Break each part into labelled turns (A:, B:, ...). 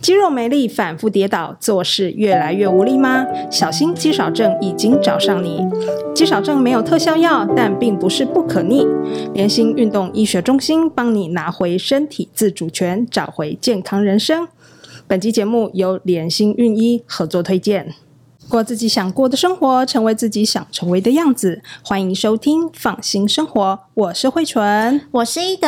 A: 肌肉没力，反复跌倒，做事越来越无力吗？小心肌少症已经找上你。肌少症没有特效药，但并不是不可逆。联心运动医学中心帮你拿回身体自主权，找回健康人生。本期节目由联心运医合作推荐。过自己想过的生活，成为自己想成为的样子。欢迎收听《放心生活》，我是慧纯。
B: 我是一德，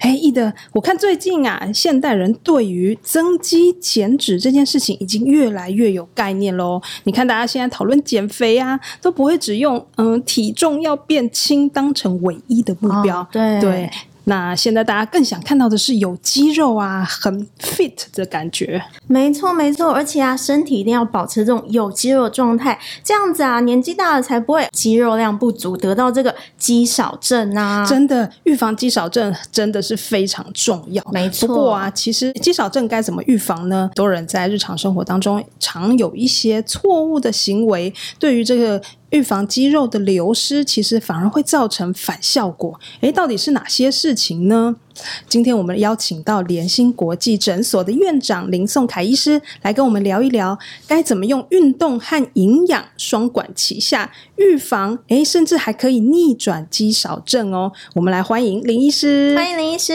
A: 哎，易德，我看最近啊，现代人对于增肌减脂这件事情已经越来越有概念喽。你看，大家现在讨论减肥啊，都不会只用嗯、体重要变轻当成唯一的目标。
B: 哦对
A: 对，那现在大家更想看到的是有肌肉啊，很 fit 的感觉。
B: 没错没错，而且啊，身体一定要保持这种有肌肉的状态，这样子啊，年纪大了才不会肌肉量不足，得到这个肌少症啊。
A: 真的，预防肌少症真的是非常重要。
B: 没错
A: 不过啊，其实肌少症该怎么预防呢？很多人在日常生活当中常有一些错误的行为，对于这个预防肌肉的流失，其实反而会造成反效果。诶，到底是哪些事情呢？今天我们邀请到联兴国际诊所的院长林颂凯医师来跟我们聊一聊，该怎么用运动和营养双管齐下预防，诶，甚至还可以逆转肌少症哦。我们来欢迎林医师。
B: 欢迎林医师，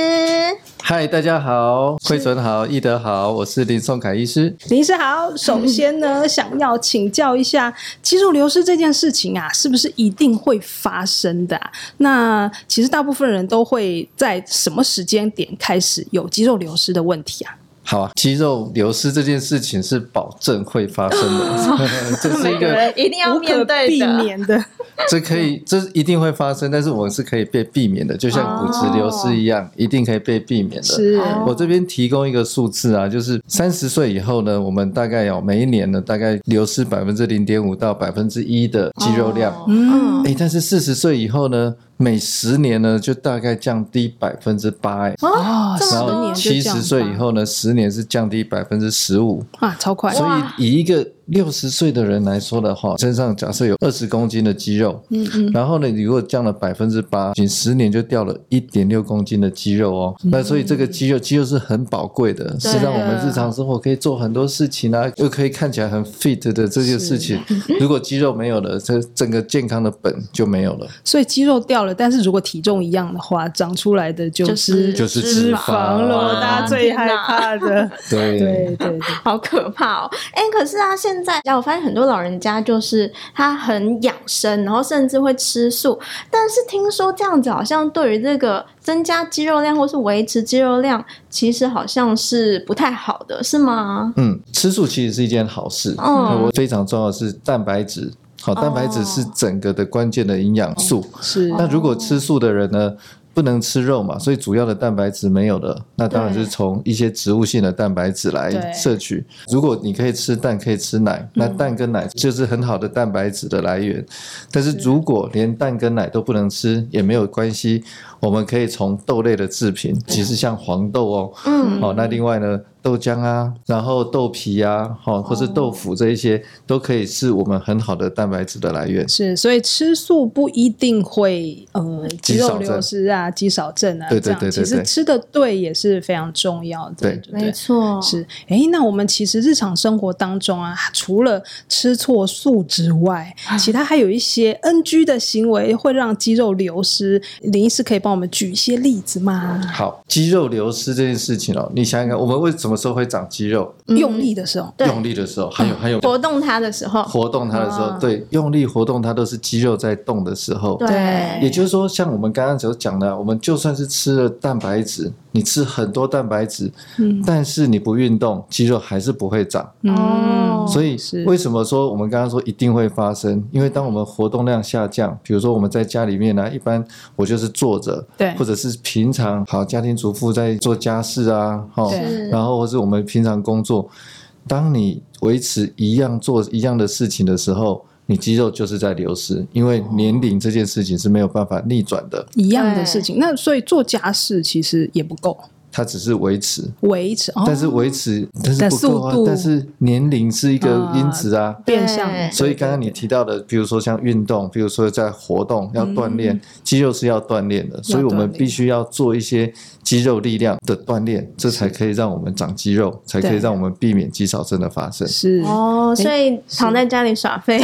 C: 嗨，大家好，慧纯好，易德好，我是林颂凯医师。
A: 林医师好，首先呢，想要请教一下肌肉流失这件事情啊，是不是一定会发生的、啊？那其实大部分人都会在什么时间点开始有肌肉流失的问题啊？
C: 好啊，肌肉流失这件事情是保证会发生的，这是一个，
B: 一定
A: 无可避。
B: 哦
A: 免的，
C: 这可以，这一定会发生，但是我是可以被避免的，就像骨质流失一样，一定可以被避免的。
A: 是
B: 哦
C: 我这边提供一个数字啊，就是三十岁以后呢，我们大概有、每一年呢，大概流失百分之零点五到百分之一的肌肉量。
B: 哦
A: 嗯
B: 嗯，
C: 诶，但是四十岁以后呢，每十年呢就大概降低百分之八，诶
A: 哦，
B: 这
A: 十
B: 么多
A: 年就
C: 七
A: 这样
C: 十
A: 吧
C: 岁以后呢，十年是降低百分之十五，
A: 啊，超快，
C: 所
B: 哇
C: 以以一个六十岁的人来说的话，身上假设有二十公斤的肌肉，
A: 嗯嗯，
C: 然后呢，你如果降了百分之八，仅十年就掉了一点六公斤的肌肉哦。
A: 嗯
C: 那所以这个肌肉，肌肉是很宝贵的，
A: 啊
C: 是让我们日常生活可以做很多事情啊，又可以看起来很 fit 的这件事情。 如果肌肉没有了，这整个健康的本就没有了，
A: 所以肌肉掉了，但是如果体重一样的话，长出来的嗯就
B: 就是
A: 是
C: 就是
A: 脂
C: 脂
A: 肪
C: 肪
A: 了，
C: 啊
A: 大家最
B: 天
A: 害
B: 哪
A: 怕的，
C: 对
A: 对对对。
B: 好可怕哦！哎、可是啊，现在我发现很多老人家就是他很养生，然后甚至会吃素，但是听说这样子好像对于这个增加肌肉量或是维持肌肉量，其实好像是不太好的，是吗？
C: 嗯，吃素其实是一件好事。
B: 嗯
C: 我非常重要的是蛋白质。好，蛋白质是整个的关键的营养素。
A: 是
C: 那如果吃素的人呢，不能吃肉嘛，所以主要的蛋白质没有了，那当然就是从一些植物性的蛋白质
A: 对
C: 来摄取。如果你可以吃蛋，可以吃奶，那蛋跟奶就是很好的蛋白质的来源。但是如果连蛋跟奶都不能吃，也没有关系，我们可以从豆类的制品，其实像黄豆哦，
B: 嗯，
C: 好、那另外呢，豆浆啊，然后豆皮啊，好、
B: 哦
C: 或是豆腐这一些，都可以是我们很好的蛋白质的来源。
A: 是，所以吃素不一定会呃肌
C: 嗯肌少
A: 肉
C: 症
A: 流失啊、肌少症啊，
C: 对对
A: 这样
C: 对对
A: 其实
C: 对
A: 吃的对也是非常重要的，
C: 对
A: 对不
B: 没
A: 对？
B: 错，
A: 是，哎，那我们其实日常生活当中啊，除了吃错素之外，
B: 啊
A: 其他还有一些 NG 的行为会让肌肉流失。林医师可以帮我们举一些例子吗？
C: 好，肌肉流失这件事情哦，你想想看，我们为什么时候会长肌肉？
B: 嗯
A: 用力的时候，
B: 对
C: 用力的时候，还有还有
B: 活动它的时候，
C: 活动它的时候，
A: 啊
C: 对，用力活动它都是肌肉在动的时候。
A: 对
C: 也就是说，像我们刚刚所讲的，啊我们就算是吃了蛋白质，你吃很多蛋白质，
A: 嗯
C: 但是你不运动，肌肉还是不会长。
A: 嗯
B: 哦，
C: 所以
A: 是
C: 为什么说我们刚刚说一定会发生？因为当我们活动量下降，比如说我们在家里面啊呢、一般我就是坐着，
A: 对
C: 或者是平常好家庭主妇在做家事啊，哈、
A: 对
B: 是
C: 然后或是我们平常工作，当你维持一样做一样的事情的时候，你肌肉就是在流失，因为年龄这件事情是没有办法逆转的。
A: 一样的事情。那所以做家事其实也不够，
C: 它只是维持，
A: 维持，哦、
C: 但是维持但是不够啊
A: 但速度，
C: 但是年龄是一个因子啊。
A: 变相
B: 对嗯
C: 所以刚刚你提到的，比如说像运动，比如说在活动要锻炼，肌肉是要锻炼的，所以我们必须要做一些肌肉力量的锻炼，这才可以让我们长肌肉，才可以
A: 对
C: 让我们避免肌少症的发生。
A: 是
B: 哦，所以躺在家里耍 废，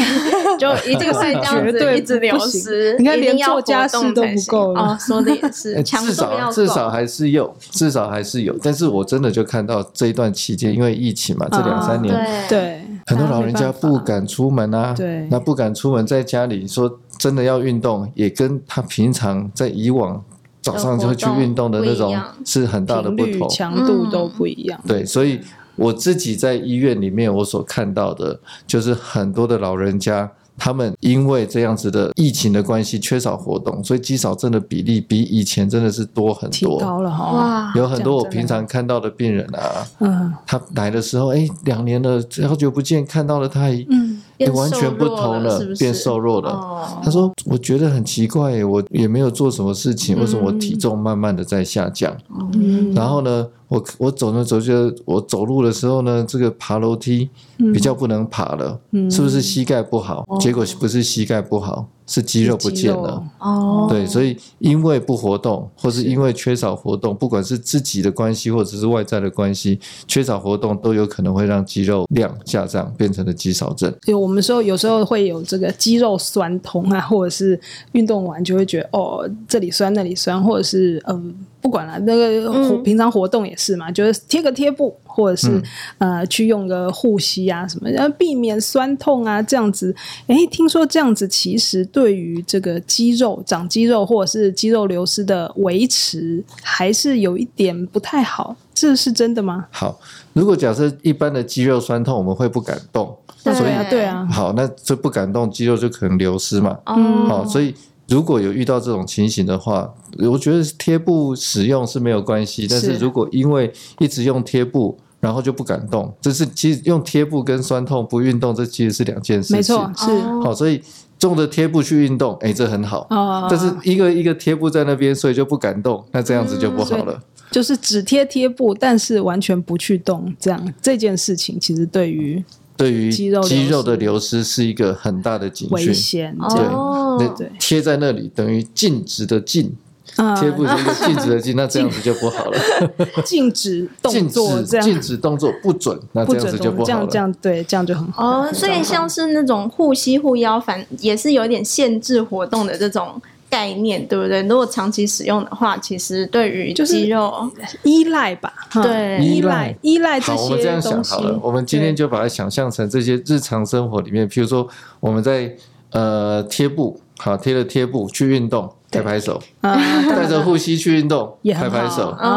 B: 就一定会这样
A: 绝
B: 子
A: 对
B: 一直流失。
A: 不行你看
B: 一定
A: 连
B: 要
A: 做家
B: 活动
A: 事都
B: 才
A: 不
B: 行
A: 够了哎
B: 哦，说的也
C: 呃
B: 是，强
C: 至
B: 度要
C: 少
B: 够。
C: 至少还是有，至少还是有。但是我真的就看到这一段期间，因为疫情嘛，这两
B: 嗯
C: 三年、
B: 哦对，
A: 对，
C: 很多老人家不敢出门啊，
A: 对
C: 那不敢出门，在家里说真的要运动，也跟他平常在以往早上就会去运动的那
B: 不一
C: 种
B: 样
C: 是很大的
A: 频
C: 不
A: 率、
C: 同。
A: 强度都不一样。
C: 对，所以我自己在医院里面，我所看到的就是很多的老人家，他们因为这样子的疫情的关系，缺少活动，所以肌少症的比例比以前真的是多很
A: 提
C: 嗯多。
A: 高了哈，
B: 哇，
C: 有很多我
A: 这样真的
C: 平常看到的病人啊，
A: 嗯
C: 他来的时候，哎，两年了，好久不见，看到了他一
A: 嗯，
B: 变
C: 欸完
B: 瘦
C: 全不
B: 弱
C: 同
B: 了
C: 了，
B: 是不是
C: 变瘦弱了。
B: 哦
C: 他说：“我觉得很奇怪耶，我也没有做什么事情，为什么我
B: 嗯
C: 体重慢慢的在下降？
A: 嗯
C: 然后呢，我我走着走着，我走路的时候呢，这个爬楼梯比
B: 嗯
C: 较不能爬了，是不是膝盖不好？结果不是膝盖不好，是肌肉不见了。
B: 哦，
C: 对，所以因为不活动，或是因为缺少活动，不管是自己的关系或者是外在的关系，缺少活动都有可能会让肌肉量下降，变成了肌少症。”
A: 有我们说有时候会有这个肌肉酸痛啊，或者是运动完就会觉得哦这里酸那里酸，或者是嗯不管了，那个活、
B: 嗯
A: 平常活动也是嘛，就是贴个贴布，或者是、呃去用个护膝啊什么，然后避免酸痛啊这样子。诶，听说这样子其实对于这个肌肉长肌肉或者是肌肉流失的维持还是有一点不太好，这是真的吗？
C: 好，如果假设一般的肌肉酸痛，我们会不敢动，
B: 对
C: 所
A: 对啊
C: 以
A: 对啊，
C: 好，那这不敢动，肌肉就可能流失嘛。
B: 哦
A: 嗯
C: 好，，所以如果有遇到这种情形的话，我觉得贴布使用是没有关系，但是
A: 是
C: 如果因为一直用贴布。然后就不敢动，这是其实用贴布跟酸痛不运动，这其实是两件事情。
A: 没错，是
B: 哦
C: 好，所以中着贴布去运动，哎，这很好。
A: 啊，
C: 但是一个一个贴布在那边，所以就不敢动，那这样子就不
A: 嗯
C: 好了。
A: 就是只贴贴布，但是完全不去动，这样这件事情其实对
C: 嗯
A: 于
C: 对于
A: 肌肉流失
C: 肌肉的流失是一个很大的警
A: 危
C: 讯。
A: 险，
B: 哦
A: 这样
B: 哦
C: 那
A: 对
C: 贴在那里等于禁止的禁，
A: 啊
C: 贴布是一个禁止的禁，那这样子就不好了。
A: 嗯禁止 动
C: 禁
A: 作
C: 止
A: 这样
C: 禁止动作不准，那
A: 不
C: 这样
A: 准
C: 子就
A: 动，
C: 不
A: 这
C: 好
A: 样这
C: 了。
A: 样对，这样就很好。
B: 哦，所以像是那种护膝护腰，反也是有点限制活动的这种概念，对不对？如果长期使用的话，其实对于
A: 就是
B: 肌肉，嗯
A: 依赖吧，哈
B: 对
A: 依
C: 依
A: 赖
C: 赖
A: 依赖
C: 好，我们这
A: 些
C: 样
A: 东
C: 想
A: 西
C: 好。了，我们今天就把它想象成这些日常生活里面，譬如说我们在呃贴布，好贴了贴布去运动，
A: 对
C: 拍拍手；
A: 啊，
C: 带着护膝去运动，
A: 也
C: 拍
A: 很好
C: 拍手。对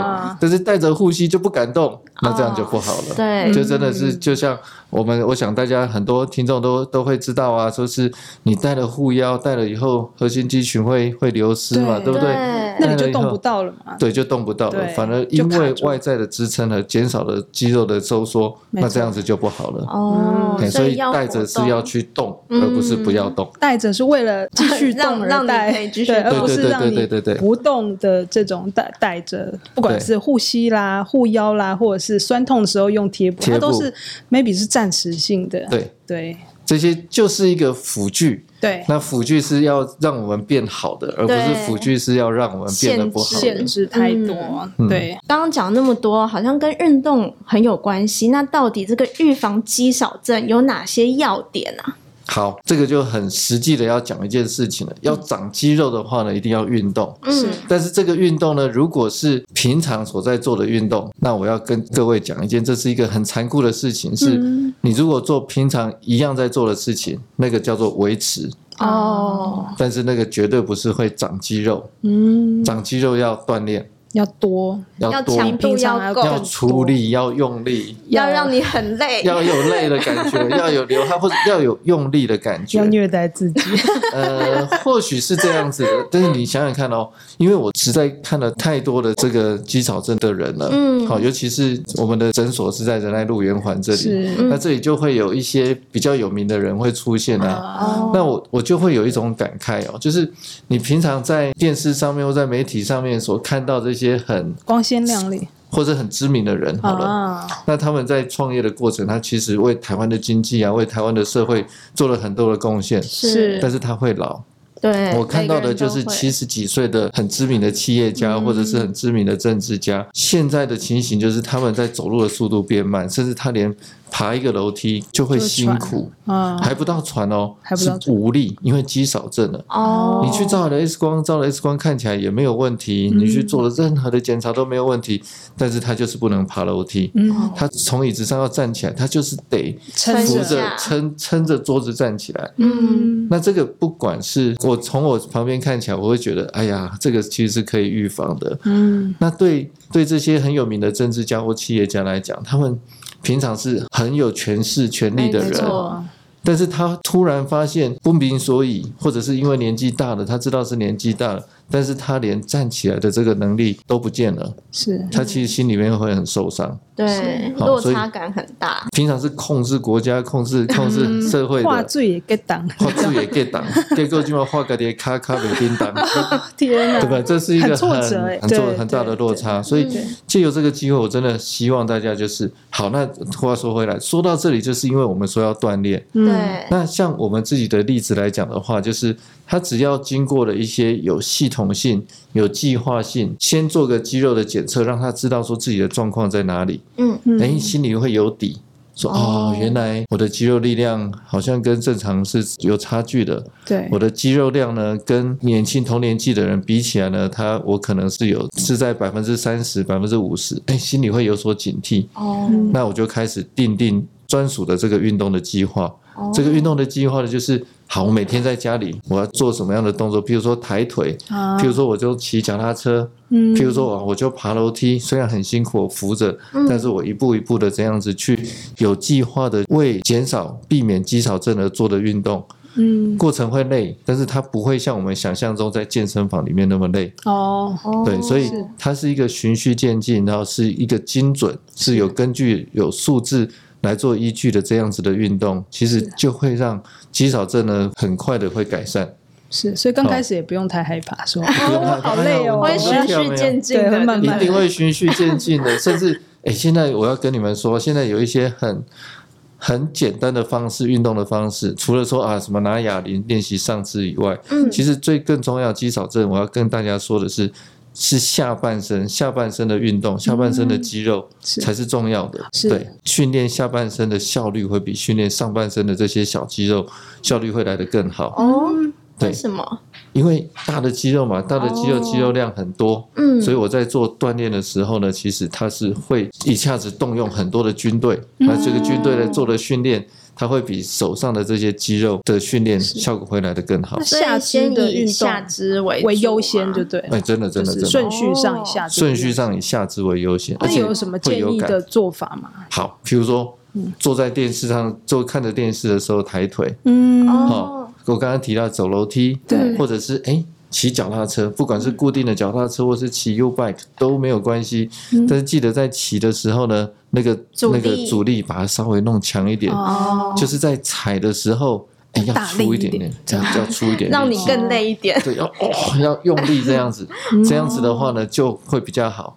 B: 哦
A: 啊，，
C: 但是带着护膝就不敢动，那这样就不好了。
B: 对，
C: 就真的是就像我们，我想大家很多听众都都会知道啊，说是你戴了护腰，戴了以后核心肌群会会流失嘛，
A: 对
C: 对不对？
A: 那你
B: 对，
C: 戴
A: 就
C: 了以
A: 动不
C: 后
A: 到了嘛。
C: 对，就动不到了，
A: 对
C: 反而因为外在的支撑和减少了肌肉的收缩，
A: 没错
C: 那这样子就不好了。
B: 哦
C: 哎，所以
B: 要
C: 戴着是
B: 活
C: 要
B: 动
C: 去动，而不是不要动。
A: 带着是为 了继续
B: 让
A: 动
B: 让
A: 而
B: 你
A: 带，
B: 可以继续
A: 对，
B: 动
A: 而不是
C: 对对
A: 让你
C: 对对对对
A: 不动的这种带带着，不管
C: 对
A: 是护膝啦、护腰啦，或者是酸痛的时候用贴布，
C: 贴
A: 它
C: 布
A: 都是 maybe 是暂时性的。
C: 对，
A: 对
C: 这些就是一个辅具。
A: 对，
C: 那辅具是要让我们变好的，而不
B: 对
C: 是辅具是要让我们变得不好的。
A: 限制太多，
B: 嗯
A: 对。
B: 刚刚讲那么多，好像跟运动很有关系。那到底这个预防肌少症有哪些要点啊？
C: 好，这个就很实际的要讲一件事情了。要长肌肉的话呢，一定要运动。
A: 是
B: 嗯，
C: 但是这个运动呢，如果是平常所在做的运动，那我要跟各位讲一件，这是一个很残酷的事情，是
B: 嗯
C: 你如果做平常一样在做的事情，那个叫做维持，
B: 哦，
C: 但是那个绝对不是会长肌肉，
A: 嗯，
C: 长肌肉要锻炼，
A: 要多，
C: 要
B: 要
C: 多，
B: 强度
A: 平常
B: 要
A: 要
B: 够，
C: 要出力，要用力，
B: 要让你很累。
C: 要有累的 感觉，要有流汗，或者要有用力的感觉
A: 要，虐待自 己，
C: 呃，或许是这样子 的，但是你想想看哦，因为我实在看了太多的这个肌少症的人了，
B: 嗯
C: 好，尤其是我们的诊所是在仁爱路圆环这里，
A: 是嗯
C: 那这里就会有一些比较有名的人会出现啊。
B: 哦，
C: 那我我就会有一种感慨哦，就是你平常在电视上面或在媒体上面所看到这些很
A: 光鲜亮丽
C: 或者很知名的人好了。
A: 啊，
C: 那他们在创业的过程，他其实为台湾的经济啊，为台湾的社会做了很多的贡献，
A: 是
C: 但是他会老。
B: 对，
C: 我看到的就是
B: 其
C: 七十几岁的很知名的企业家，
B: 嗯
C: 或者是很知名的政治家。现在的情形就是他们在走路的速度变慢，甚至他连爬一个楼梯就会辛苦，
A: 啊，
C: 还不到喘哦，
A: 还不
C: 是
A: 到喘
C: 无力，因为肌少症了。
B: 哦，
C: 你去照了 X 光，照了 X 光看起来也没有问题，你去
A: 嗯
C: 做了任何的检查都没有问题，但是他就是不能爬楼梯。
A: 嗯，
C: 他从椅子上要站起来，他就是得
A: 撑
C: 扶
B: 扶
A: 着，
C: 着
B: 着
C: 撑撑着桌子站起来。
B: 嗯，
A: 嗯，
C: 那这个不管是我从我旁边看起来，我会觉得，哎呀，这个其实是可以预防的。
A: 嗯，
C: 那对对这些很有名的政治家或企业家来讲，他们平常是很有权势、权力的
B: 没
A: 没
C: 人，
A: 错
B: 错，
C: 但是他突然发现不明所以，或者是因为年纪大了，他知道是年纪大了，但是他连站起来的这个能力都不见了，
A: 是
C: 他其实心里面会很受伤。
B: 对，
C: 好
B: 落
C: 所以
B: 差感很大，
C: 平常是控制国家、控制
A: 嗯
C: 控制社会
A: 话
C: 的。
A: 最也 get 挡，
C: 画自己的 get 档，结果就嘛画个的咔咔没叮当，
A: 天
C: 对啊
A: 哪，
C: 吧？这是一个
A: 很
C: 很
A: 挫折欸
C: 很
A: 对
C: 做很大
A: 对
C: 的落差，所以
B: 对
C: 借由这个机会，我真的希望大家就是好。那话说回来，说到这里，就是因为我们说要锻炼。
A: 嗯，
B: 对，
C: 那像我们自己的例子来讲的话，就是他只要经过了一些有系统性、有计划性，先做个肌肉的检测，让他知道说自己的状况在哪里，
B: 嗯，
A: 嗯
C: 哎，心里会有底。说哦
B: 哦，
C: 原来我的肌肉力量好像跟正常是有差距的，
A: 对，
C: 我的肌肉量呢，跟年轻同年纪的人比起来呢，他我可能是有是在百分之三十、百分之五十，哎，心里会有所警惕。
B: 哦，
A: 嗯
C: 那我就开始定定专属的这个运动的计划。
B: 哦
C: 这个运动的计划呢，就是好，我每天在家里我要做什么样的动作？譬如说抬腿，
A: 啊
C: 譬如说我就骑脚踏车，
A: 嗯
C: 譬如说哦我我就爬楼梯，虽然很辛苦，我扶着，
A: 嗯
C: 但是我一步一步的这样子去有计划的为减少、避免肌少症而做的运动。
A: 嗯，
C: 过程会累，但是它不会像我们想象中在健身房里面那么累。
A: 哦，
B: 哦
C: 对，所以
B: 是
C: 它是一个循序渐进，然后是一个精准，是有根据有数字来做依据的这样子的运动，其实就会让肌少症呢很快的会改善。
A: 是，所以刚
C: 好
A: 开始也不用太害怕，说
C: 不用害怕
A: 好累哦
C: 哎呀我
B: 会循序渐进
A: 对
B: 的，
A: 会慢
C: 一
A: 慢
C: 定会循序渐进的，甚至哎，现在我要跟你们说，现在有一些很。很简单的方式，运动的方式，除了说啊什么拿哑铃练习上肢以外，
B: 嗯
C: 其实最更重要的肌少症，我要跟大家说的是，是下半身下半身的运动，下半身的肌肉
A: 嗯是
C: 才是重要的。
A: 是
C: 对，训练下半身的效率会比训练上半身的这些小肌
A: 嗯
C: 肉效率会来得更好，
B: 哦，
C: 对
B: 为什么？
C: 因为大的肌肉嘛，大的肌肉
B: 哦
C: 肌肉量很多。
B: 嗯，
C: 所以我在做锻炼的时候呢，其实它是会一下子动用很多的军队，
A: 嗯
C: 那这个军队呢做的训练，它会比手上的这以肌肉的训练效果会来得更好
A: 那。
B: 所以
A: 下肢
B: 先
A: 的运
B: 以
A: 动
B: 下肢为
A: 为
B: 主
A: 优先
B: 嘛
A: 就对了，
C: 哎，真的真的
A: 就是
C: 真
A: 顺
C: 的，哦
A: 序上一下，
C: 顺序。上以下肢为优先，而
A: 那
C: 且
A: 有什么
C: 会
A: 建
C: 有
A: 议
C: 感
A: 的嗯做法吗？
C: 好，比如说坐在电视上坐看着电视的时候抬腿，
A: 嗯，
C: 哦，我刚刚提到走楼梯，
A: 对嗯
C: 或者是哎骑脚踏车，不管是固定的脚踏车或是骑 U bike 都没有关系，
A: 嗯
C: 但是记得在骑的时候呢，那个
B: 阻
C: 那
B: 力
C: 个阻力把它稍微弄强一点，
A: 哦
B: 哦，
C: 就是在踩的时候，哎要
A: 大力
C: 粗一
A: 一
C: 点
A: 点
C: 点，这样要粗一点力气，
B: 让你更累一点，
C: 对，要哦，要用力这样子，这样子的话呢，就会比较好。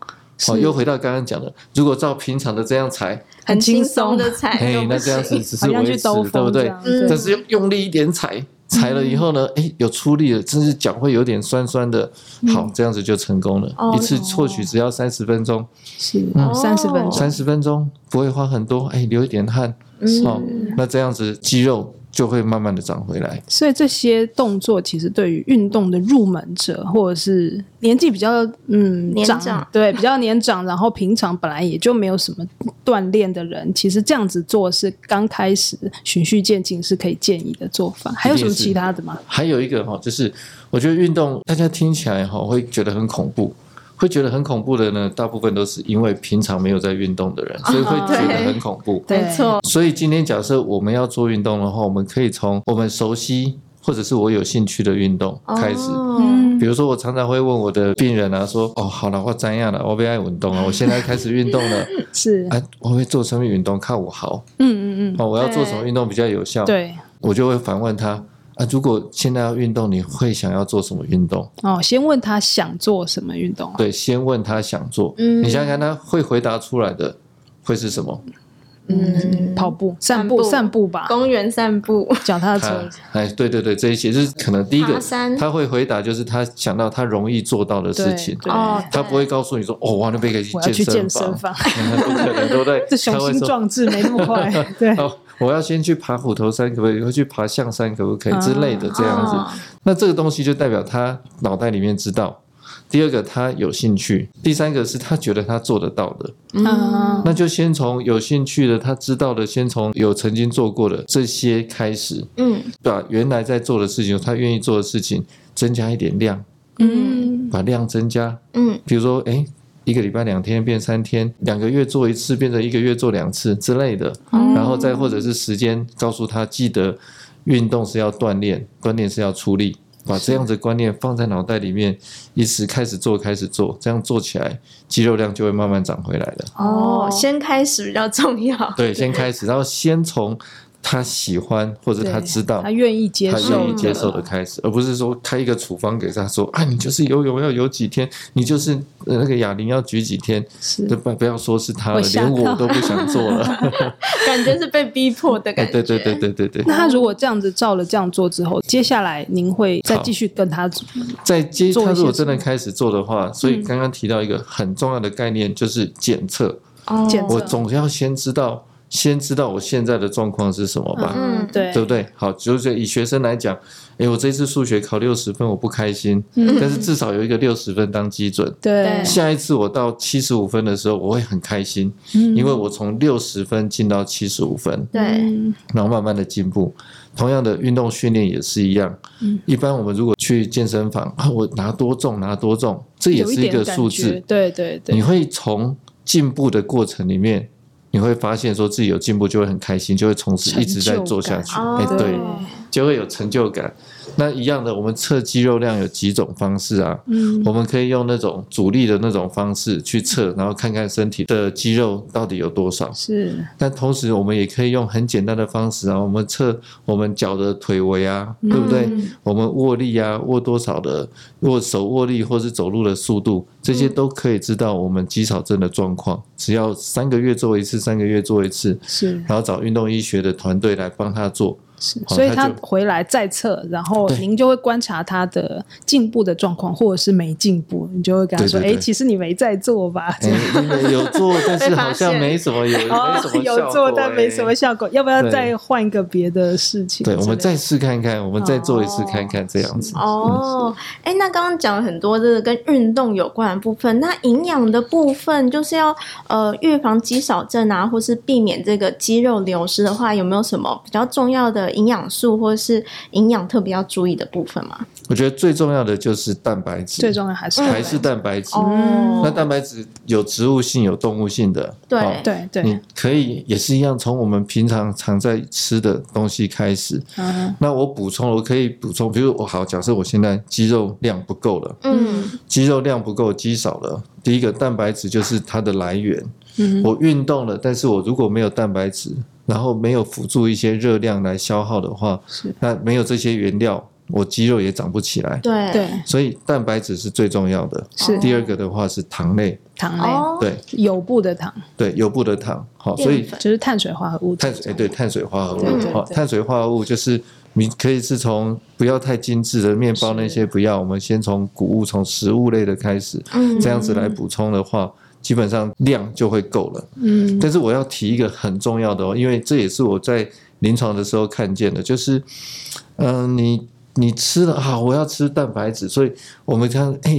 A: 嗯
C: 哦，
A: 是
C: 又回到刚刚讲的，如果照平常的这样踩，
A: 很轻
B: 轻
A: 松
B: 松的踩都
C: 哎，
B: 不
C: 那这样
B: 行
C: 子只是
A: 好像
C: 维
A: 去
C: 持
A: 兜，
C: 对不
A: 风这
C: 对
A: 样？，嗯
B: 嗯
C: 但是要用力一点踩，踩了以后呢，哎，有出力了，真是脚会有点酸酸的。
A: 嗯
C: 好，这样子就成功了
B: 哦，
C: 一次或许只要三十分钟，
A: 是
C: 嗯
A: 三十分
B: 哦
A: 钟，
C: 三十分钟不会花很多，哎，流一点汗，
B: 嗯
A: 嗯
C: 哦，那这样子肌肉就会慢慢的长回来。
A: 所以这些动作其实对于运动的入门者，或者是年纪比较嗯
B: 年
A: 长
B: 长
A: 对比较年长，然后平常本来也就没有什么锻炼的人，其实这样子做是刚开始循序渐进是可以建议的做法。还有什么
C: 一定是
A: 其他的吗？
C: 还有一个哈，就是我觉得运动大家听起来哈哦会觉得很恐怖，会觉得很恐怖的呢，大部分都是因为平常没有在运动的人，所以会觉得很恐怖。
A: 对
B: 没错，
C: 所以今天假设我们要做运动的话，我们可以从我们熟悉或者是我有兴趣的运动开始。
B: 嗯，
C: 比如说，我常常会问我的病人啊，说：“哦，好了，我怎样了？我被爱运动了，我现在开始运动了。
A: 是，
C: 哎、我会做什么运动？看我好
A: 嗯嗯嗯，
C: 哦，我要做什么运动比较有效？”
A: 对，
C: 我就会反问他：啊，如果现在要运动，你会想要做什么运动？
A: 哦，先问他想做什么运动啊？
C: 对，先问他想做，
A: 嗯
C: 你想想看他会回答出来的会是什么？
B: 嗯，
A: 跑步、散
B: 步
A: 步、散步吧，
B: 公园散步，
A: 脚踏
C: 他
A: 车。
C: 哎，对对对，这一些就是可能第一
B: 爬
C: 个
B: 山
C: 他会回答就是他想到他容易做到的事
A: 对
C: 情，
A: 对
B: 哦
C: 他不会告诉你说哦，哇，那边可以去
A: 我要去健
C: 身
A: 身
C: 房， 嗯
A: 房，
C: 不可能，对不对？
A: 这雄
C: 他会
A: 心
C: 说
A: 壮志没那么快。
B: 嗯
A: 对，
C: 哦，我要先去爬虎头山，可不可以？会去爬象山，可不可以
A: 啊
C: 之类的这样子？
B: 哦
C: 那这个东西就代表他脑袋里面知道。第二个，他有兴趣；第三个是他觉得他做得到的。
A: 嗯
C: 那就先从有兴趣的、他知道的，先从有曾经做过的这些开始，
B: 嗯
C: 把原来在做的事情，他愿意做的事情，增加一点量，
A: 嗯，
C: 把量增加。
B: 嗯
C: 比如说，哎，一个礼拜两天变三天，两个月做一次变成一个月做两次之类的。
A: 嗯
C: 然后再或者是时间告诉他，记得运动是要锻炼，锻炼是要出力，把这样子观念放在脑袋里面，一时开始做，开始做，这样做起来，肌肉量就会慢慢长回来了。
B: 哦，先开始比较重要。
C: 对，先开始，然后先从他喜欢或者
A: 对
C: 他知道
A: 他。愿意接
C: 他
A: 受，
C: 愿意接受的。开始，而不是说开一个处方给他说啊，你就是游泳要游几天，你就是呃那个哑铃要举几天，
A: 是
C: 就不不要说是他了，
A: 我吓
C: 连我
A: 到
C: 都不想做了。
B: 感觉是被逼迫的
C: 哎
B: 感觉。
C: 对对对对对对。
A: 那他如果这样子照了这样做之后，接下来您会再继续跟他
C: 在接
A: 做一
C: 他
A: 些
C: 如果
A: 什
C: 真
A: 么嗯
C: 的开始做的话，所以刚刚提到一个很重要的概念，就是检测。
B: 哦
A: 检测
C: 我总要先知道，先知道我现在的状况是什么吧，
A: 嗯，对
C: 对不对？好，就是以学生来讲，诶，我这次数学考六十分，我不开心，
A: 嗯
C: 但是至少有一个六十分当基准。
A: 对，
C: 下一次我到七十五分的时候，我会很开心，
A: 嗯
C: 因为我从六十分进到七十五分。
B: 对，
A: 嗯
C: 然后慢慢的进步。同样的运动训练也是一样，
A: 嗯
C: 一般我们如果去健身房啊，我拿多重拿多重，这也
A: 有
C: 是一
A: 点
C: 个
A: 感
C: 数
A: 觉
C: 字。
A: 对对
C: 你
A: 对，
C: 会从进步的过程里面，你会发现说自己有进步，就会很开心，就会从此一直在做下去。
B: 成
C: 哎
B: 就，感
C: 对
B: 哦，
C: 就会有成就感。那一样的，我们测肌肉量有几种方式啊？
A: 嗯
C: 我们可以用那种阻力的那种方式去测，然后看看身体的肌肉到底有多少。
A: 是
C: 但同时，我们也可以用很简单的方式啊，我们测我们脚的腿围啊，对不对？
B: 嗯
C: 我们握力啊，握多少的握手握力，或是走路的速度，这些都可以知道我们肌少症的状况。只要三个月做一次，三个月做一次，
A: 是
C: 然后找运动医学的团队来帮他 做。
A: 是，
C: 好
A: 所以
C: 他
A: 他
C: 就
A: 回来再测，然后
C: 对
A: 您就会观察他的进步的状况，或者是没进步，你就会跟他
C: 对
A: 说：“
C: 对对
A: 哎，其实你没在做吧？”
C: 哎，你们有 做，但是好像没什么有，没
A: 哦
C: 什么效果，
A: 有做但没什么
C: 哎。
A: 效果，要不要
C: 对
A: 再换一个别的事情之类
C: 对，
A: 的？
C: 我们再试看看，我们再做一次
A: 哦
C: 看看，这样子。
B: 哦，哎，那刚刚讲了很多这个跟运动有关的部分，那营养的部分就是要呃预防肌少症啊，或是避免这个肌肉流失的话，有没有什么比较重要的营养素或是营养特别要注意的部分吗？
C: 我觉得最重要的就是蛋白质，
A: 最重要还是
C: 嗯还是蛋白质。
B: 哦，
C: 那蛋白质有植物性，有动物性的。
B: 对
C: 哦
A: 对对
C: 你，可以也是一样，从我们平常常在吃的东西开始。
A: 嗯
C: 那我补充，我可以补充，比如我好，假设我现在肌肉量不够了，
B: 嗯
C: 肌肉量不够，肌少了。第一个蛋白质就是它的来源。
A: 嗯
C: 我运动了，但是我如果没有蛋白质，然后没有辅助一些热量来消耗的话
A: 是，
C: 那没有这些原料，我肌肉也长不起来。
B: 对
A: 对
C: 所以蛋白质是最重要的。
A: 是
C: 第二个的话是糖类，
A: 糖类
B: 哦
C: 对
A: 有布的糖，
C: 对，油不得糖，好，所
B: 淀
C: 以
B: 粉
A: 就是碳水化合物这
C: 碳
A: 种。
C: 水哎对碳水化合
A: 对
C: 物，
A: 对
C: 好，
A: 对
C: 碳水化合物就是你可以是从不要太精致的面包
A: 是
C: 那些不要，我们先从谷物从食物类的开始，
B: 嗯
C: 这样子来补充的话。基本上量就会够了，
A: 嗯
C: 但是我要提一个很重要的哦，因为这也是我在临床的时候看见的，就是，嗯、你你吃了啊，我要吃蛋白质，所以我们看，哎、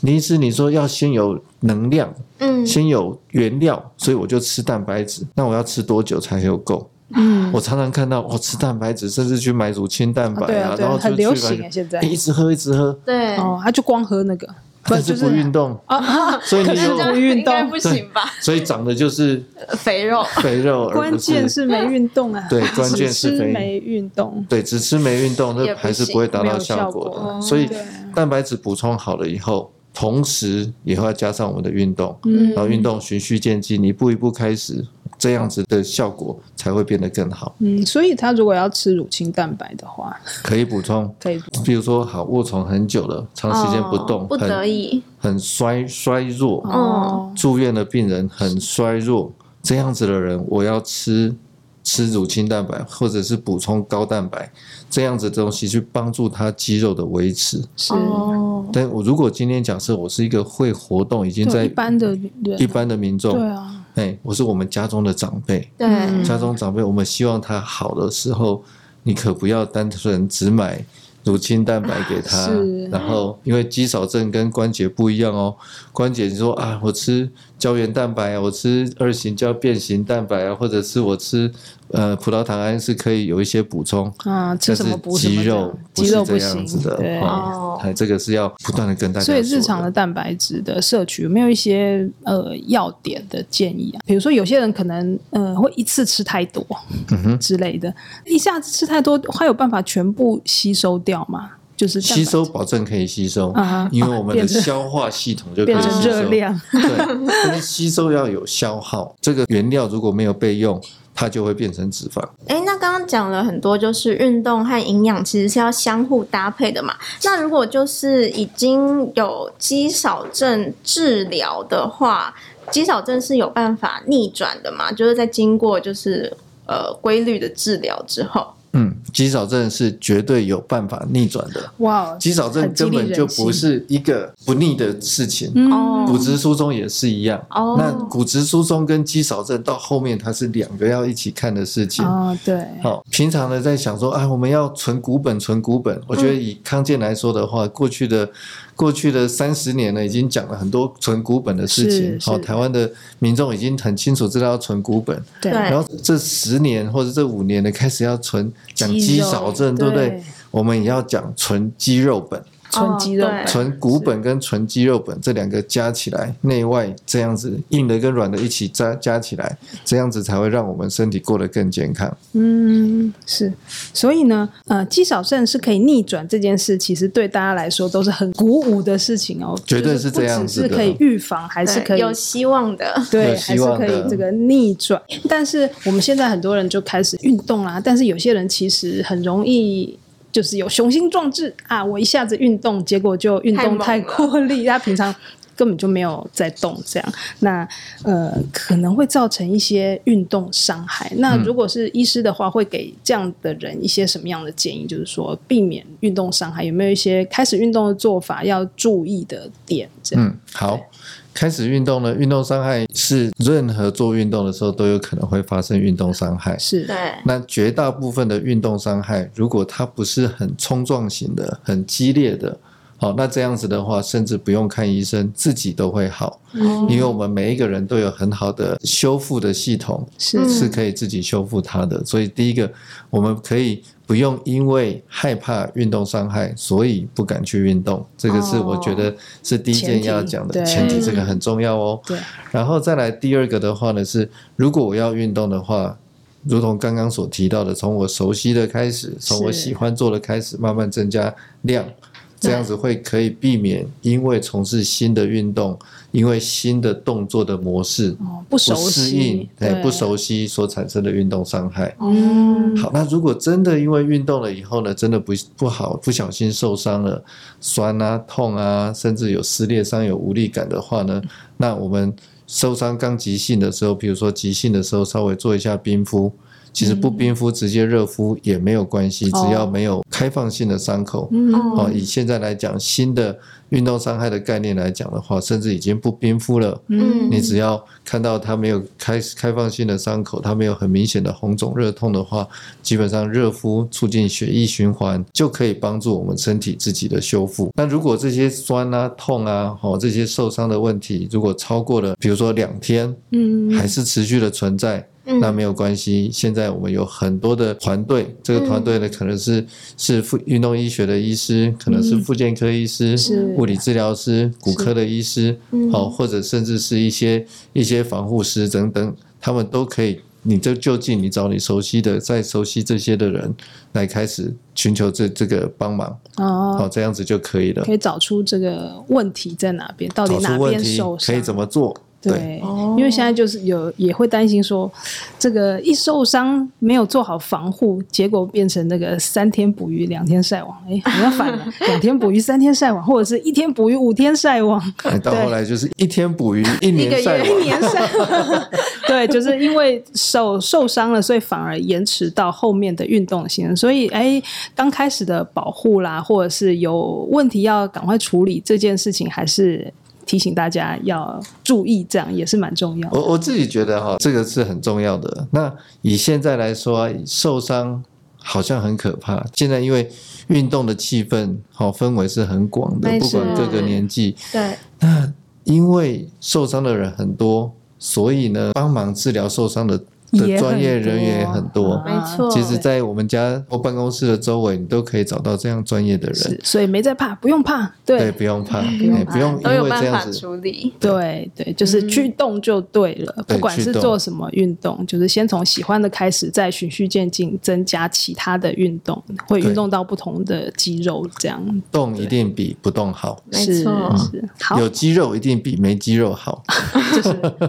C: 林医师你说要先有能量，
B: 嗯
C: 先有原料，所以我就吃蛋白质。那我要吃多久才有够？
A: 嗯，
C: 我常常看到我、哦吃蛋白质，甚至去买乳清蛋白
A: 啊对啊对啊
C: 然后就
A: 很流行
C: 去买
A: 啊现在
C: 哎一直喝一直喝，
B: 对
A: 哦，他就光喝那个，不
C: 但是
A: 就
C: 不运动，
A: 啊，啊
C: 所以
A: 可
C: 你
A: 是
C: 就
A: 不运
B: 应该
A: 动，
B: 不行吧？
C: 所以长的就是
B: 肥肉
C: 肥肉，而不
A: 关键
C: 是
A: 是没运动啊。
C: 对关键是
A: 只吃
C: 没
A: 没运动。
C: 对只吃没运动，
B: 也
C: 那
B: 不
C: 还是
B: 行
C: 不会达
A: 没
C: 到
A: 有效
C: 果
A: 果
C: 的。
B: 哦
C: 所以
A: 对啊
C: 蛋白质补充好了以后，同时也要加上我们的运动，
A: 嗯
C: 然后运动循序渐进，一步一步开始。这样子的效果才会变得更好。
A: 嗯，所以他如果要吃乳清蛋白的话，
C: 可以补充，
A: 可以补
C: 比如说好卧床很久了，长时间不动，
B: 哦不得
C: 很
B: 已，
C: 很衰衰弱，
B: 哦，
C: 住院的病人很衰弱，这样子的人，我要吃吃乳清蛋白，或者是补充高蛋白这样子的东西，去帮助他肌肉的维持。
A: 是
B: 哦，
C: 但我如果今天假设我是一个会活动，已经
A: 对
C: 在
A: 一般的人，
C: 一般的民众，
A: 对啊，
C: 哎，我是我们家中的长辈，
B: 对，
A: 嗯
C: 家中长辈，我们希望他好的时候，你可不要单纯只买乳清蛋白给他。
A: 是
C: 然后，因为肌少症跟关节不一样哦，关节你说啊，我吃胶原蛋白啊，我吃二型胶变形蛋白啊，或者是我吃呃葡萄糖胺是可以有一些补充。
A: 啊，吃什
C: 但是
A: 么补什么
C: 肌
A: 这
C: 肉
A: 样，
C: 不
A: 肌
C: 是
A: 肉
C: 这
A: 行
C: 样子的，
A: 对。
C: 哦哎，这个是要不断的跟大家
A: 所
C: 说
A: 以
C: 的。
A: 日常的蛋白质的摄取有没有一些呃要点的建议啊？比如说有些人可能呃会一次吃太多
C: 嗯哼
A: 之类的，一下子吃太多，还有办法全部吸收掉吗？就是蛋白
C: 吸
A: 质
C: 收保证可以吸收，
A: 啊
C: 因为我们
A: 变
C: 的
A: 成
C: 消化系统就可以
A: 变
C: 吸
A: 成
C: 收
A: 热量，
C: 对，但是吸收要有消耗，这个原料如果没有备用，它就会变成脂肪。
B: 哎，那刚刚讲了很多，就是运动和营养其实是要相互搭配的嘛。那如果就是已经有肌少症治疗的话，肌少症是有办法逆转的嘛？就是在经过就是呃规律的治疗之后，
C: 嗯，肌少症是绝对有办法逆转的。
A: 哇，
C: 肌少症
A: 很激
C: 根
A: 励
C: 本就
A: 人心
C: 不是一个不逆的事情，
A: 嗯
B: 哦
C: 骨质疏松也是一样。
B: 哦
C: 那骨质疏松跟肌少症到后面它是两个要一起看的事情。
A: 啊，对，
C: 好，平常呢在想说，啊，我们要存股本，存股本。我觉
A: 嗯
C: 得以康健来说的话，过去的过去的三十年呢，已经讲了很多存股本的事
A: 是
C: 情。好、
A: 是
C: 台湾的民众已经很清楚知道要存股本，
A: 对
B: 对
C: 然后这十年或者这五年呢，开始要存讲
A: 肌
C: 肌
A: 肉
C: 少症，对不对？我们也要讲存肌肉本。
A: 纯肌肉
B: 哦
A: 本
B: 对
C: 纯骨本跟纯肌肉本这两个加起来，内外这样子硬的跟软的一起加加起来，这样子才会让我们身体过得更健康。
A: 嗯，是，所以呢，呃，肌少症是可以逆转这件事，其实对大家来说都是很鼓舞的事情哦，
C: 绝对
A: 就是不
C: 这样
A: 只
C: 子
A: 是
C: 的
A: 可以预防，还是
B: 对
A: 可以
B: 有希望的。
A: 对，
C: 有
A: 还
C: 希
A: 是
C: 望
A: 可以
C: 的
A: 这个逆转。但是我们现在很多人就开始运动啦，但是有些人其实很容易。就是有雄心壮志啊！我一下子运动，结果就运
B: 太
A: 动
B: 猛
A: 太
B: 了
A: 过力，他平常根本就没有在动，这样那呃可能会造成一些运动伤害。那
C: 嗯
A: 如果是医师的话，会给这样的人一些什么样的建议？就是说避免运动伤害，有没有一些开始运动的做法要注意的点？这样、
C: 嗯，好，开始运动呢，运动伤害是任何做运动的时候都有可能会发生运动伤害。
A: 是
B: 对，
C: 那绝大部分的运动伤害，如果它不是很冲撞型的、很激烈的，好，那这样子的话，甚至不用看医生，自己都会好，
A: 嗯
C: 因为我们每一个人都有很好的修复的系统，
A: 是、
B: 嗯
C: 是可以自己修复它的。所以第一个，我们可以不用因为害怕运动伤害，所以不敢去运动。这个是
B: 哦
C: 我觉得是第一
A: 前
C: 件
A: 提
C: 要讲的
A: 对嗯
C: 前提，这个很重要哦。
A: 对。
C: 然后再来第二个的话呢，是如果我要运动的话。如同刚刚所提到的，从我熟悉的开始，从我
A: 是
C: 喜欢做的开始，慢慢增加量，这样子会可以避免因为从事新的运动，因为新的动作的模式
A: 哦，不熟
C: 不适应
A: 悉，，
C: 哎，
A: 对，
C: 不熟悉所产生的运动伤害。
A: 嗯，
C: 好，那如果真的因为运动了以后呢，真的不不好，不小心受伤了，酸啊、痛啊，甚至有撕裂伤、有无力感的话呢，那我们受伤刚急性的时候，比如说急性的时候，稍微做一下冰敷。其实不冰敷，直接热敷也没有关系，
A: 嗯哦
C: 只要没有开放性的伤口。
A: 嗯，
C: 哦，以现在来讲，新的运动伤害的概念来讲的话，甚至已经不冰敷了，
A: 嗯，
C: 你只要看到它没有开开放性的伤口，它没有很明显的红肿热痛的话，基本上热敷促进血液循环，就可以帮助我们身体自己的修复。那如果这些酸啊、痛啊、哦这些受伤的问题，如果超过了，比如说两天，
A: 嗯，
C: 还是持续的存在，
B: 嗯
C: 那没有关系。现在我们有很多的团队，这
A: 嗯
C: 个团队呢可能是是复运动医学的医师，可能是
A: 嗯
C: 复健科医师、
A: 是
C: 物理治疗师、骨科的医师，
B: 嗯
C: 哦，或者甚至是一些一些防护师等等，他们都可以。你就就近你找你熟悉的，在熟悉这些的人来开始寻求这这个帮忙，
A: 哦，
C: 哦，这样子就可以了
A: 可。以找出这个问题在哪边，到底
C: 找
A: 哪
C: 出问
A: 边
C: 题
A: 受伤，
C: 可以怎么做，
A: 对，
B: 哦
A: 因为现在就是有也会担心说，这个一受伤没有做好防护，结果变成那个三天捕鱼两天晒网，哎，你要反了，两天捕鱼三天晒网，或者是一天捕鱼五天晒网，
C: 哎到后来就是一天捕鱼，一
B: 嗯 一个
C: 年晒
B: 月
C: 网
B: 一。年晒网，
A: 对，就是因为手受伤了，所以反而延迟到后面的运动性。所以，哎，刚开始的保护啦，或者是有问题要赶快处理这件事情，还是提醒大家要注意，这样也是蛮重要的。
C: 我我自己觉得哈、这个是很重要的。那以现在来说啊，受伤好像很可怕。现在因为运动的气氛、好、氛围是很广的，
B: 没
C: 不
B: 错
C: 管各个年纪，
B: 对，
C: 因为受伤的人很多，所以呢，帮忙治疗受伤的的
A: 也
C: 专业
A: 很多
C: 人员也很多。
A: 啊
B: 没错
C: 其实，在我们家或办公室的周围，你都可以找到这样专业的人
A: 是。，所以没在怕，不用怕。对
C: 对，不用怕，哎不用因
B: 嗯都有
C: 为这
B: 办
C: 样
B: 法
C: 子。
B: 处理。
A: 对对，
B: 嗯
A: 就是去动就对了。
C: 对
A: 不管
C: 去
A: 是
C: 动
A: 做什么运动，就是先从喜欢的开始，再循序渐进，增加其他的运动，会
C: 对
A: 运动到不同的肌肉，这样
C: 动一定比不动好，
B: 没
A: 是
B: 错
A: 是好。
C: 有肌肉一定比没肌肉好。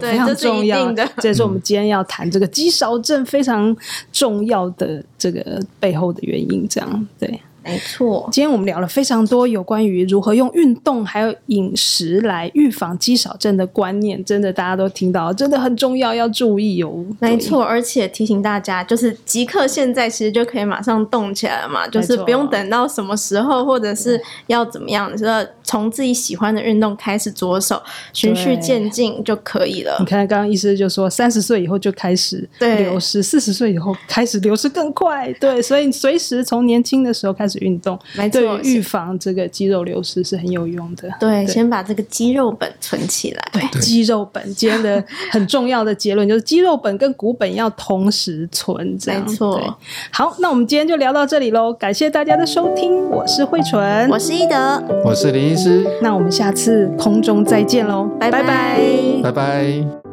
B: 对，
A: 非常
B: 这是
A: 重
B: 一
A: 要
B: 定的。
A: 这也是我们今天要谈这个肌少症非常重要的这个背后的原因。这样对，
B: 没错，
A: 今天我们聊了非常多有关于如何用运动还有饮食来预防肌少症的观念，真的大家都听到，真的很重要，要注意哦。
B: 没
A: 对，
B: 错，而且提醒大家，就是即刻现在其实就可以马上动起来了嘛，就是不用等到什么时候，或者是要怎么样，就是从自己喜欢的运动开始着手，循序渐进就可以了
A: 你。看刚刚医师就说，三十岁以后就开始
B: 对
A: 流失，四十岁以后开始流失更快。对，所以随时从年轻的时候开始运动，
B: 没
A: 对
B: 错，
A: 于预防这个肌肉流失是很有用的。对
B: 对，先把这个肌肉本存起来。
A: 对，肌肉本今天的很重要的结论就是肌肉本跟骨本要同时存，这样
B: 没错
A: 对好，那我们今天就聊到这里喽，感谢大家的收听，我是慧纯，
B: 我是一德，
C: 我是林医师，
A: 那我们下次空中再见喽，
B: 拜
A: 拜
B: 拜
C: 拜拜。